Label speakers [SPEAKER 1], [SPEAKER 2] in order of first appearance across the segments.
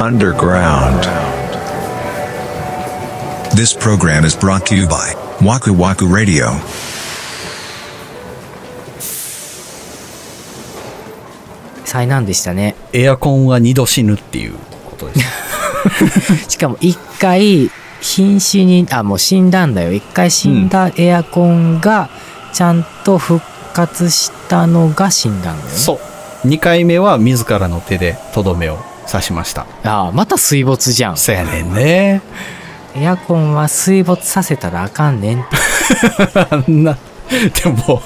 [SPEAKER 1] underground.
[SPEAKER 2] This program is brought to you by Waku Waku Radio.
[SPEAKER 3] 災難でしたね
[SPEAKER 4] エアコンは2度死ぬっていうことです
[SPEAKER 3] しかも一回瀕死にあもう死んだんだよ一回死んだエアコンがちゃんと復活したのが死んだんだよね、
[SPEAKER 4] そう2回目は自らの手でとどめを刺しました
[SPEAKER 3] ああまた水没じゃん
[SPEAKER 4] そやねんね
[SPEAKER 3] エアコンは水没させたらあかんねんって
[SPEAKER 4] あんなでも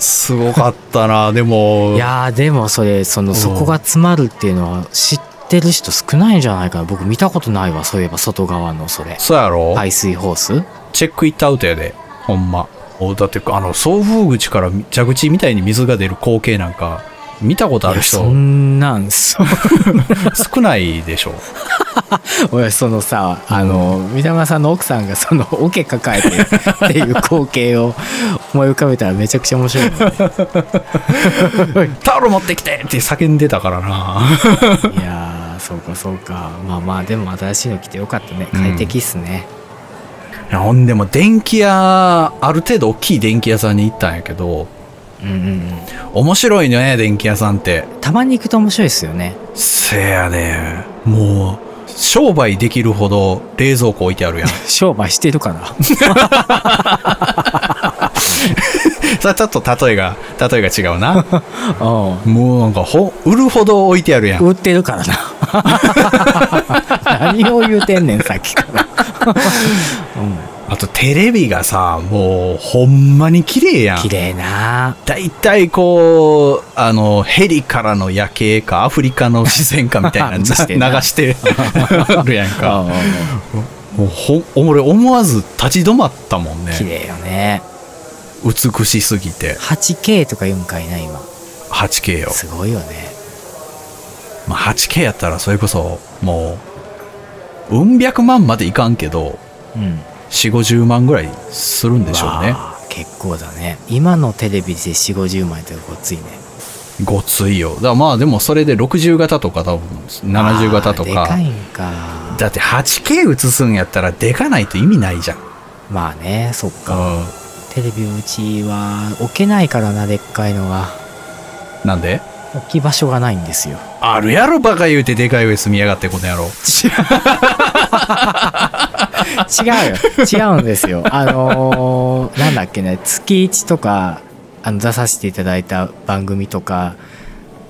[SPEAKER 4] すごかったなでも
[SPEAKER 3] いやーでもそれそのそこが詰まるっていうのは知ってる人少ないんじゃないかな僕見たことないわそういえば外側のそれ
[SPEAKER 4] そうやろ、
[SPEAKER 3] 排水ホース
[SPEAKER 4] チェックイットアウトやでほんまおだってあの送風口から蛇口みたいに水が出る光景なんか見たことある人
[SPEAKER 3] そん なんそう
[SPEAKER 4] 少ないでしょ
[SPEAKER 3] 俺そのさあの三山さんの奥さんがその桶抱え てっていう光景を思い浮かべたらめちゃくちゃ面白い もんね
[SPEAKER 4] タオル持ってきてって叫んでたからな
[SPEAKER 3] いやーそうかそうかまあまあでも新しいの来てよかったね快適っすね、
[SPEAKER 4] いやほんでも電気屋ある程度大きい電気屋さんに行ったんやけど
[SPEAKER 3] うん、うんうん
[SPEAKER 4] 面白いね電気屋さんって
[SPEAKER 3] たまに行くと面白いですよね
[SPEAKER 4] せやねもう商売できるほど冷蔵庫置いてあ るやん
[SPEAKER 3] 商売してるかな
[SPEAKER 4] さちょっと例えが例えが違うな
[SPEAKER 3] うん
[SPEAKER 4] もうなんかほ売るほど置いてあるやん
[SPEAKER 3] 売ってるから な何を言うてんねんさっきから
[SPEAKER 4] あとテレビがさ、もうほんまに綺麗やん。
[SPEAKER 3] 綺麗な
[SPEAKER 4] だいたいこう、あの、ヘリからの夜景か、アフリカの視線かみたいな
[SPEAKER 3] 映
[SPEAKER 4] 流
[SPEAKER 3] してんな
[SPEAKER 4] してるやん
[SPEAKER 3] あ
[SPEAKER 4] か。もうほん俺思わず立ち止まったもんね。
[SPEAKER 3] 綺麗よね
[SPEAKER 4] 美しすぎて。
[SPEAKER 3] 8K とか言うんかいな今
[SPEAKER 4] 8K よ。
[SPEAKER 3] すごいよね
[SPEAKER 4] まあ、8K やったらそれこそ、もう、うん百万までいかんけど、
[SPEAKER 3] うん
[SPEAKER 4] 4、50万ぐらいするんでしょうね。
[SPEAKER 3] わあ結構だね今のテレビで4 5 0枚ってごっついね
[SPEAKER 4] ごついよ。だからまあでもそれで60型とか多分、70型と
[SPEAKER 3] あーでかいんか
[SPEAKER 4] だって 8K 映すんやったらでかないと意味ないじゃん。
[SPEAKER 3] まあねそっかテレビうちは置けないからなでっかいのが
[SPEAKER 4] なんで
[SPEAKER 3] 置き場所がないんです よ
[SPEAKER 4] あるやろバカ言うてでかい上住みやがってこの野郎。
[SPEAKER 3] 違うよ違うんですよあのーなんだっけね月1とかあの出させていただいた番組とか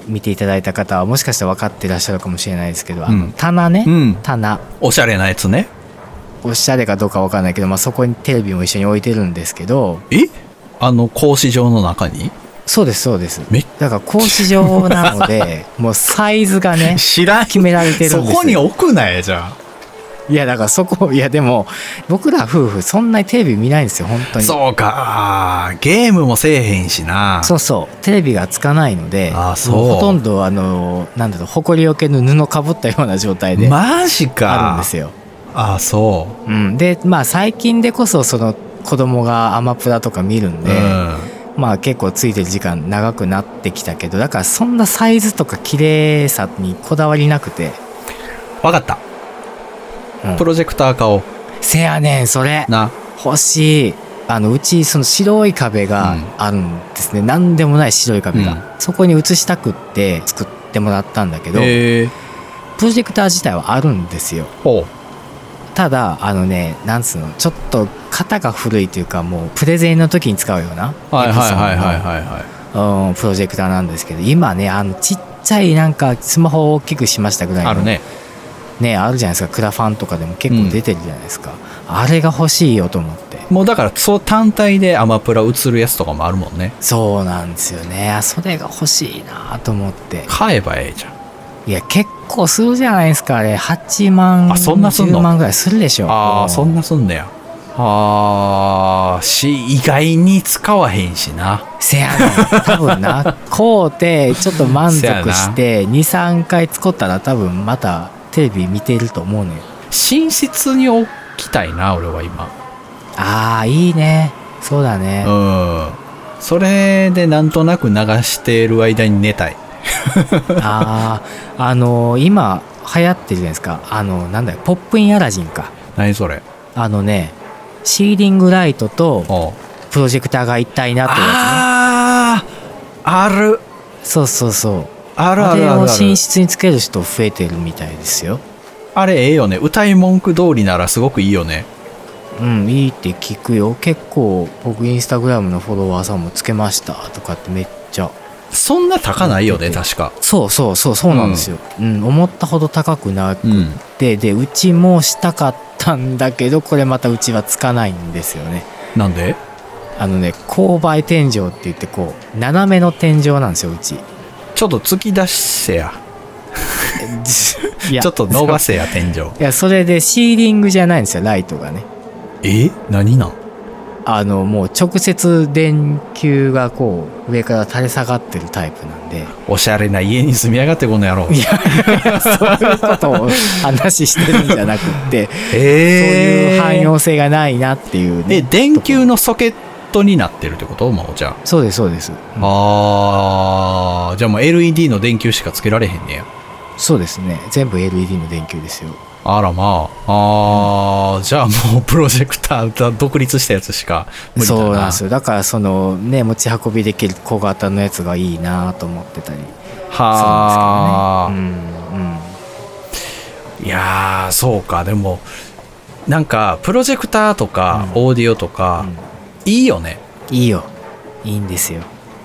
[SPEAKER 3] 見ていただいた方はもしかしたら分かってらっしゃるかもしれないですけど、あ
[SPEAKER 4] う
[SPEAKER 3] の
[SPEAKER 4] ん
[SPEAKER 3] 棚ね、
[SPEAKER 4] うん
[SPEAKER 3] 棚
[SPEAKER 4] おしゃれなやつね。
[SPEAKER 3] おしゃれかどうか分かんないけど、まあ、そこにテレビも一緒に置いてるんですけど
[SPEAKER 4] えあの格子状の中に
[SPEAKER 3] そうですそうです
[SPEAKER 4] め
[SPEAKER 3] だから格子状なの でもうサイズがね
[SPEAKER 4] 知らん
[SPEAKER 3] 決められてるんですよ
[SPEAKER 4] そこに置くなやじゃ
[SPEAKER 3] いやだからそこいやでも僕ら夫婦そんなにテレビ見ないんですよ本当
[SPEAKER 4] あ。
[SPEAKER 3] に
[SPEAKER 4] そうか。あーゲームもせえへんしな。
[SPEAKER 3] そうそうテレビがつかないので
[SPEAKER 4] あーそう
[SPEAKER 3] もほとんどあのなんだろう埃よけの布かぶったような状態で
[SPEAKER 4] マジか。
[SPEAKER 3] あるんですよ、
[SPEAKER 4] あーそ
[SPEAKER 3] うん、でまあ最近でこそその子供がアマプラとか見るん
[SPEAKER 4] う。
[SPEAKER 3] で、まあ結構ついてる時間長くなってきたけどだからそんなサイズとか綺麗さにこだわりなくて、
[SPEAKER 4] うん。わかった。
[SPEAKER 3] うん
[SPEAKER 4] プロジェクター買おう。
[SPEAKER 3] せやねんそれ
[SPEAKER 4] な。
[SPEAKER 3] 欲しいあのうちその白い壁が
[SPEAKER 4] うん
[SPEAKER 3] あるんですね、ん、何でもない白い壁が、そこに映したくって作ってもらったんだけど、
[SPEAKER 4] えー、
[SPEAKER 3] プロジェクター自体はあるんですよ
[SPEAKER 4] ほう。
[SPEAKER 3] ただあのねなんつうのちょっと型が古いというかもうプレゼンの時に使うような
[SPEAKER 4] はいはいはいはい
[SPEAKER 3] Epson
[SPEAKER 4] はいはい。
[SPEAKER 3] のうんプロジェクターなんですけど今ねあのちっちゃいなんかスマホを大きくしましたぐらいの
[SPEAKER 4] あるね。
[SPEAKER 3] ねあるじゃないですかクラファンとかでも結構出てるじゃないですか、あれが欲しいよと思って
[SPEAKER 4] もうだからそう単体でアマプラ映るやつとかもあるもんね
[SPEAKER 3] そうなんですよねあそれが欲しいなと思って
[SPEAKER 4] 買えばええじゃん
[SPEAKER 3] いや結構するじゃないですかあれ8万
[SPEAKER 4] あそんなすんの
[SPEAKER 3] 10万ぐらいするでしょ
[SPEAKER 4] あ
[SPEAKER 3] う
[SPEAKER 4] あそんなすんねやあーし意外に使わへんしな
[SPEAKER 3] せやな多分なこう てちょっと満足して23回使ったら多分またテレビ見てると思うのよ
[SPEAKER 4] 寝室に置きたいな俺は今
[SPEAKER 3] ああいいねそうだね、
[SPEAKER 4] うんそれでなんとなく流してる間に寝たい
[SPEAKER 3] あああのー今流行ってるじゃないですかあのなんだよポップインアラジンか
[SPEAKER 4] 何それ
[SPEAKER 3] あのねシーリングライトと
[SPEAKER 4] おう
[SPEAKER 3] プロジェクターが一体になってるや
[SPEAKER 4] あーある
[SPEAKER 3] つねそうそうそう
[SPEAKER 4] あるあ
[SPEAKER 3] あ
[SPEAKER 4] る
[SPEAKER 3] れ
[SPEAKER 4] ある
[SPEAKER 3] を
[SPEAKER 4] ある
[SPEAKER 3] 寝室につける人増えてるみたいですよ
[SPEAKER 4] あれええよね歌い文句通りならすごくいいよね
[SPEAKER 3] うんいいって聞くよ結構僕インスタグラムのフォロワーさんもつけましたとかってめっちゃ
[SPEAKER 4] そんな高ないよね確か
[SPEAKER 3] そうそうそうそうなんですよ、うん思ったほど高くなく
[SPEAKER 4] うん
[SPEAKER 3] て、でうちもしたかったんだけどこれまたうちはつかないんですよね
[SPEAKER 4] なんで
[SPEAKER 3] あのね勾配天井って言ってこう斜めの天井なんですよう ち
[SPEAKER 4] ちょっと突き出せや
[SPEAKER 3] いや
[SPEAKER 4] ちょっと伸ばせや天井
[SPEAKER 3] いやそれでシーリングじゃないんですよライトがね
[SPEAKER 4] え何なん
[SPEAKER 3] あのもう直接電球がこう上から垂れ下がってるタイプなんで
[SPEAKER 4] おしゃれな家に住みやがってこの野郎
[SPEAKER 3] いやいやそういうことを話してるんじゃなく って、そういう汎用性がないなっていう
[SPEAKER 4] え
[SPEAKER 3] ね
[SPEAKER 4] 電球のソケットになってるってことまおちゃん
[SPEAKER 3] そうですそうです
[SPEAKER 4] あーじゃあもう LED の電球しかつけられへんねや
[SPEAKER 3] そうですね全部 LED の電球ですよ
[SPEAKER 4] あらまああーじゃあもうプロジェクターが独立したやつしか無理だな
[SPEAKER 3] そうなんですよだからそのね持ち運びできる小型のやつがいいなと思ってたりするんです
[SPEAKER 4] はあ、
[SPEAKER 3] けどねうんうん
[SPEAKER 4] いやーそうかでもなんかプロジェクターとか、
[SPEAKER 3] うん
[SPEAKER 4] オーディオとか、いいよね
[SPEAKER 3] いいよいいんですよ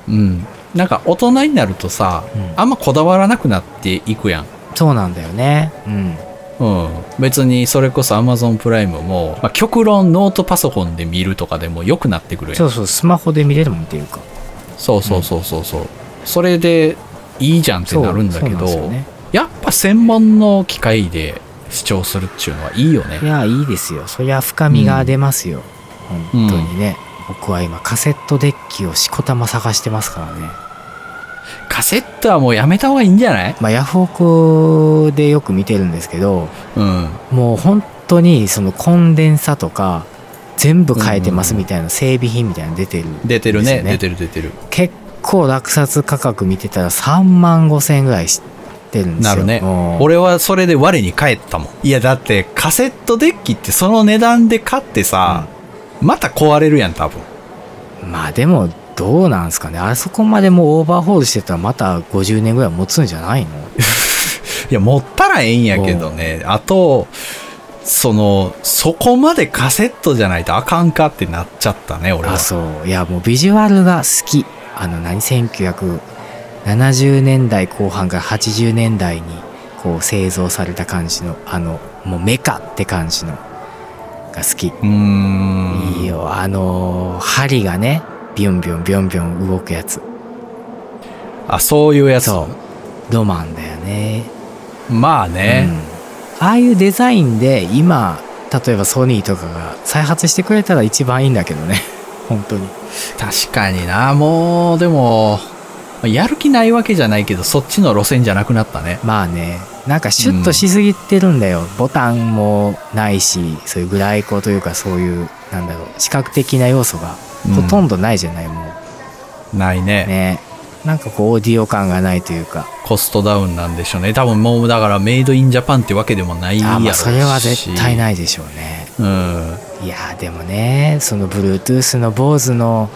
[SPEAKER 4] うんなんか大人になるとさ、
[SPEAKER 3] うん
[SPEAKER 4] あんまこだわらなくなっていくやん
[SPEAKER 3] そうなんだよねうん
[SPEAKER 4] うん、別にそれこそ Amazon プライムも、まあ、極論ノートパソコンで見るとかでも良くなってくるやん
[SPEAKER 3] そうそうスマホで見れるもんっていうか
[SPEAKER 4] そうそうそうそうそうそれでいいじゃんってなるんだけ
[SPEAKER 3] そう
[SPEAKER 4] ど、
[SPEAKER 3] そうなんですよね
[SPEAKER 4] やっぱ専門の機械で視聴するっちゅうのはいいよ
[SPEAKER 3] い
[SPEAKER 4] ね
[SPEAKER 3] やいいですよそりゃ深みが出ますよ、
[SPEAKER 4] うん
[SPEAKER 3] 本当にね、僕は今カセットデッキをしこたま探してますからね
[SPEAKER 4] カセットはもうやめた方がいいんじゃない
[SPEAKER 3] まあヤフオクでよく見てるんですけど
[SPEAKER 4] うん
[SPEAKER 3] もう本当にそのコンデンサとか全部変えてますみたいな、整備品みたいなの出てる
[SPEAKER 4] 出てるね
[SPEAKER 3] です
[SPEAKER 4] 出てる出てる
[SPEAKER 3] 結構落札価格見てたら3万5千円ぐらいしてるんですよ
[SPEAKER 4] なるね
[SPEAKER 3] うん
[SPEAKER 4] 俺はそれで我に返ったもんいやだってカセットデッキってその値段で買ってさ、また壊れるやん多分
[SPEAKER 3] まあでもどうなんですかねあそこまでもうオーバーホールしてたらまた50年ぐらい持つんじゃないの
[SPEAKER 4] いや、持ったらええんやけどね。あと、その、そこまでカセットじゃないとあかんかってなっちゃったね、俺は
[SPEAKER 3] あ。そういやもうビジュアルが好きあの何1970年代後半から80年代にこう製造された感じのあのもうメカって感じのが好き、
[SPEAKER 4] うーん。
[SPEAKER 3] いいよあのー針がねビュンビュンビュンビュン動くやつ
[SPEAKER 4] あ、そういうやつ。
[SPEAKER 3] そうロマンだよね
[SPEAKER 4] まあ
[SPEAKER 3] う
[SPEAKER 4] ね。
[SPEAKER 3] んああいうデザインで今例えばソニーとかが再発してくれたら一番いいんだけどね 本当に
[SPEAKER 4] 確かにな。もう、でも、やる気ないわけじゃないけど、そっちの路線じゃなくなったね。
[SPEAKER 3] まあねなんかシュッとしすぎてるんだよ、ボタンもないしそういうグライコというかそういうなんだろう視覚的な要素が
[SPEAKER 4] うん
[SPEAKER 3] ほとんどないじゃない、も
[SPEAKER 4] ないね
[SPEAKER 3] うねなんかこうオーディオ感がないというか
[SPEAKER 4] コストダウンなんでしょうね。多分もう、だからメイドインジャパンってわけでもないやろ
[SPEAKER 3] あ
[SPEAKER 4] うし。
[SPEAKER 3] まあそれは絶対
[SPEAKER 4] い。
[SPEAKER 3] ないでしょうね
[SPEAKER 4] うん。
[SPEAKER 3] いやーでもねその Bluetooth の BOSE の、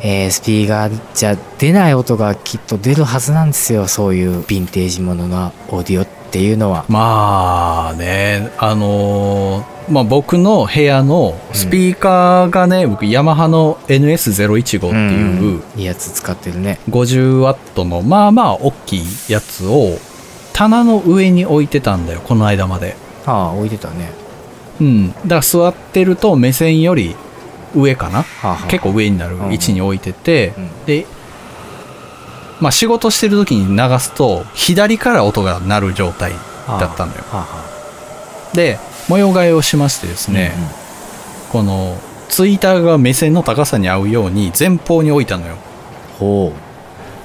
[SPEAKER 3] えースピーカーじゃ出ない音がきっと出るはずなんですよそういうヴィンテージもののオーディオっていうのは
[SPEAKER 4] まあね、あのーまあ、僕の部屋のスピーカーがね、僕ヤマハの NS015 っていう
[SPEAKER 3] うんいいやつ使ってるね
[SPEAKER 4] 50ワットのまあまあ大きいやつを棚の上に置いてたんだよこの間まで
[SPEAKER 3] ああ置いてたね
[SPEAKER 4] うんだから座ってると目線より上かな
[SPEAKER 3] はあはあ
[SPEAKER 4] 結構上になる位置に置いてて、
[SPEAKER 3] うん
[SPEAKER 4] でまあ仕事してる時に流すと左から音が鳴る状態だったんだよ
[SPEAKER 3] はあは
[SPEAKER 4] で模様替えをしましてです
[SPEAKER 3] あ
[SPEAKER 4] ね、このツイーターが目線の高さに合うように前方に置いたのよ
[SPEAKER 3] ほ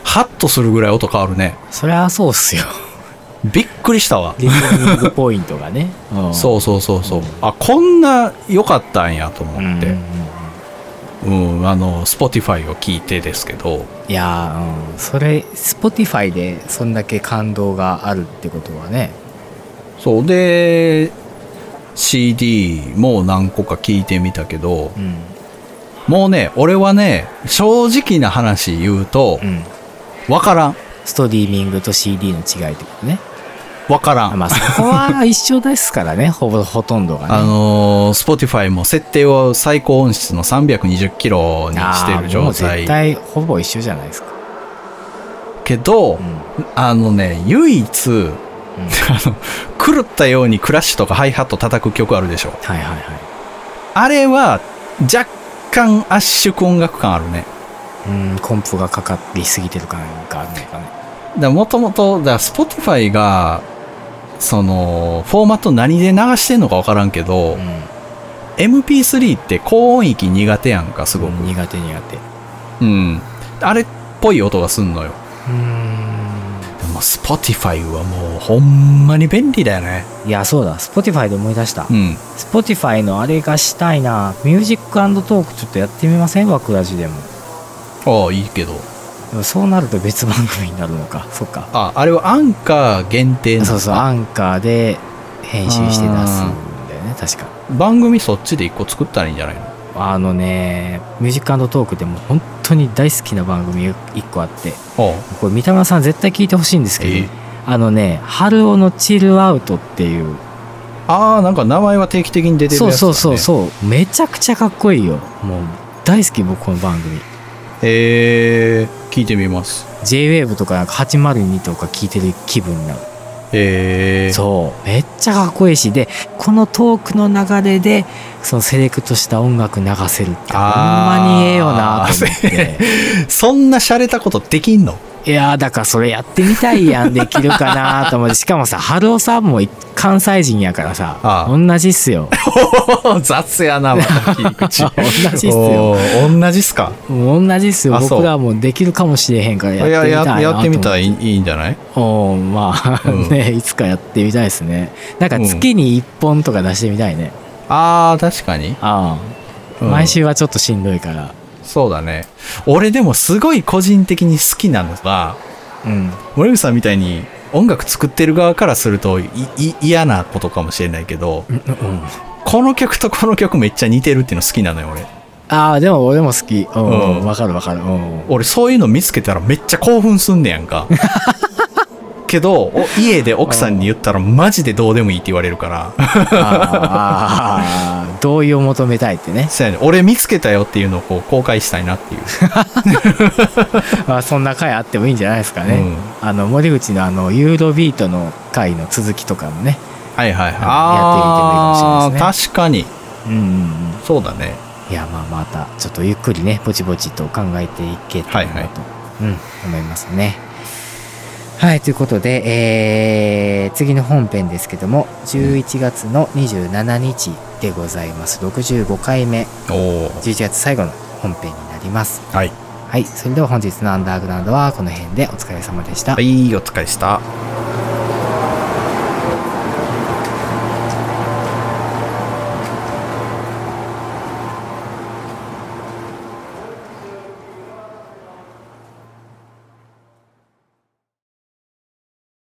[SPEAKER 4] ハッとするぐらい音変わるね
[SPEAKER 3] うそりゃそうっ すよ
[SPEAKER 4] びっくりしたわ
[SPEAKER 3] リスニングポイントがね、
[SPEAKER 4] そうそうそうそうあこんな良かったんやと
[SPEAKER 3] うんうん
[SPEAKER 4] 思
[SPEAKER 3] う
[SPEAKER 4] っ
[SPEAKER 3] ん
[SPEAKER 4] てうん、あの Spotify を聞いてですけど
[SPEAKER 3] いやー、うん、それ Spotify でそんだけ感動があるってことはね
[SPEAKER 4] そうで CD も何個か聞いてみたけど、
[SPEAKER 3] うん
[SPEAKER 4] もうね俺はね正直な話言うと
[SPEAKER 3] うん
[SPEAKER 4] 分からん
[SPEAKER 3] ストリーミングと CD の違いってことね
[SPEAKER 4] 分からん
[SPEAKER 3] まあそこは一緒ですからねほぼほとんどがね
[SPEAKER 4] あのー、Spotify も設定を最高音質の320キロにしてる
[SPEAKER 3] あーも
[SPEAKER 4] 状
[SPEAKER 3] う絶
[SPEAKER 4] 態
[SPEAKER 3] 対ほぼ一緒じゃないですか、
[SPEAKER 4] けど、
[SPEAKER 3] うん
[SPEAKER 4] あのね唯一、 あの狂ったようにクラッシュとかハイハット叩く曲あるでしょ
[SPEAKER 3] はいはいは
[SPEAKER 4] あれは若干圧縮音楽感あるね
[SPEAKER 3] いうんコンプがかかりすぎてる感があるのかね
[SPEAKER 4] だもともと Spotify がそのフォーマット何で流してんのか分からんけど、
[SPEAKER 3] う
[SPEAKER 4] MP3 って高音域苦手やんかすごく
[SPEAKER 3] ん苦手苦手う
[SPEAKER 4] うん、あれっぽい音がすんのよ
[SPEAKER 3] ーん
[SPEAKER 4] でも Spotify はもうほんまに便利だよね。
[SPEAKER 3] いやそうだ Spotify で思い出した、
[SPEAKER 4] うん。
[SPEAKER 3] Spotify のあれがしたいなミュージックトークちょっとやってみません枠ラジでも
[SPEAKER 4] ああ、いいけど。
[SPEAKER 3] でもそうなると別番組になるのかそっか
[SPEAKER 4] あ、あれはアンカー限定なの
[SPEAKER 3] そうそうアンカーで編集して出すんだよね確か
[SPEAKER 4] 番組そっちで一個作ったらいいんじゃないの
[SPEAKER 3] あのねミュージックトークでも本当に大好きな番組1個あって
[SPEAKER 4] おう
[SPEAKER 3] これ三田村さん絶対聞いてほしいんですけど、
[SPEAKER 4] ええ
[SPEAKER 3] あのね「春尾のチルアウト」っていう
[SPEAKER 4] ああ、なんか名前は定期的に出てる
[SPEAKER 3] そ
[SPEAKER 4] や
[SPEAKER 3] う
[SPEAKER 4] つだ、ね。
[SPEAKER 3] そうそうそうめちゃくちゃかっこいいよもう大好き僕この番組
[SPEAKER 4] えー、聞いてみます。
[SPEAKER 3] JWAVE とかなんか802とか聞いてる気分になる
[SPEAKER 4] えー、
[SPEAKER 3] そうめっちゃかっこいいしでこのトークの流れでそのセレクトした音楽流せるってほん
[SPEAKER 4] あー
[SPEAKER 3] まにええよなと思って
[SPEAKER 4] そんな洒落たことできんの
[SPEAKER 3] いやーだからそれやってみたいやんできるかなと思ってしかもさ春雄さんも関西人やからさ
[SPEAKER 4] ああ
[SPEAKER 3] 同じっすよ
[SPEAKER 4] 雑やな、また切り 口。
[SPEAKER 3] 同じっすよ
[SPEAKER 4] おー同じっすか
[SPEAKER 3] もう同じっすよ
[SPEAKER 4] あそう
[SPEAKER 3] 僕らもできるかもしれへんから
[SPEAKER 4] い
[SPEAKER 3] やってみたいなと思って
[SPEAKER 4] やってみたらいいいいんじゃない
[SPEAKER 3] おーまあ、
[SPEAKER 4] う ん
[SPEAKER 3] ねいつかやってみたいですねなんか月に1本とか出してみたいね、
[SPEAKER 4] ああ、確かに。
[SPEAKER 3] ああ、
[SPEAKER 4] うん
[SPEAKER 3] 毎週はちょっとしんどいから
[SPEAKER 4] そうだね。俺でもすごい個人的に好きなのが、
[SPEAKER 3] うん
[SPEAKER 4] 森口さんみたいに音楽作ってる側からするといい嫌なことかもしれないけど、この曲とこの曲めっちゃ似てるっていうの好きなのよ、俺。
[SPEAKER 3] ああでも俺も好きうん
[SPEAKER 4] うん
[SPEAKER 3] うんわかるわかるうん
[SPEAKER 4] 俺そういうの見つけたらめっちゃ興奮すんねやん か。けど、お家で奥さんに言ったらマジでどうでもいいって言われるから、
[SPEAKER 3] ああああ同意を求めたい ってね
[SPEAKER 4] そうやね俺見つけたよっていうのをこう公開したいな っていう。
[SPEAKER 3] まあそんな回あってもいいんじゃないですかね、あの森口のあのユーロビートの回の続きとかもね
[SPEAKER 4] はいはいは
[SPEAKER 3] やっ
[SPEAKER 4] い。
[SPEAKER 3] てみてもいいかも
[SPEAKER 4] あー確かに。
[SPEAKER 3] うんうんうん
[SPEAKER 4] そうだね。
[SPEAKER 3] いやまあまたちょっとゆっくりねぼちぼちと考えていけたら
[SPEAKER 4] はいは
[SPEAKER 3] ないと、うん、思いますね。はいということで、えー次の本編ですけども11月の27日でございます65回目
[SPEAKER 4] おー
[SPEAKER 3] 11月最後の本編になります。
[SPEAKER 4] はい。
[SPEAKER 3] はいそれでは本日の「アンダーグラウンド」はこの辺でお疲れ様でした。
[SPEAKER 4] はい、お疲れした。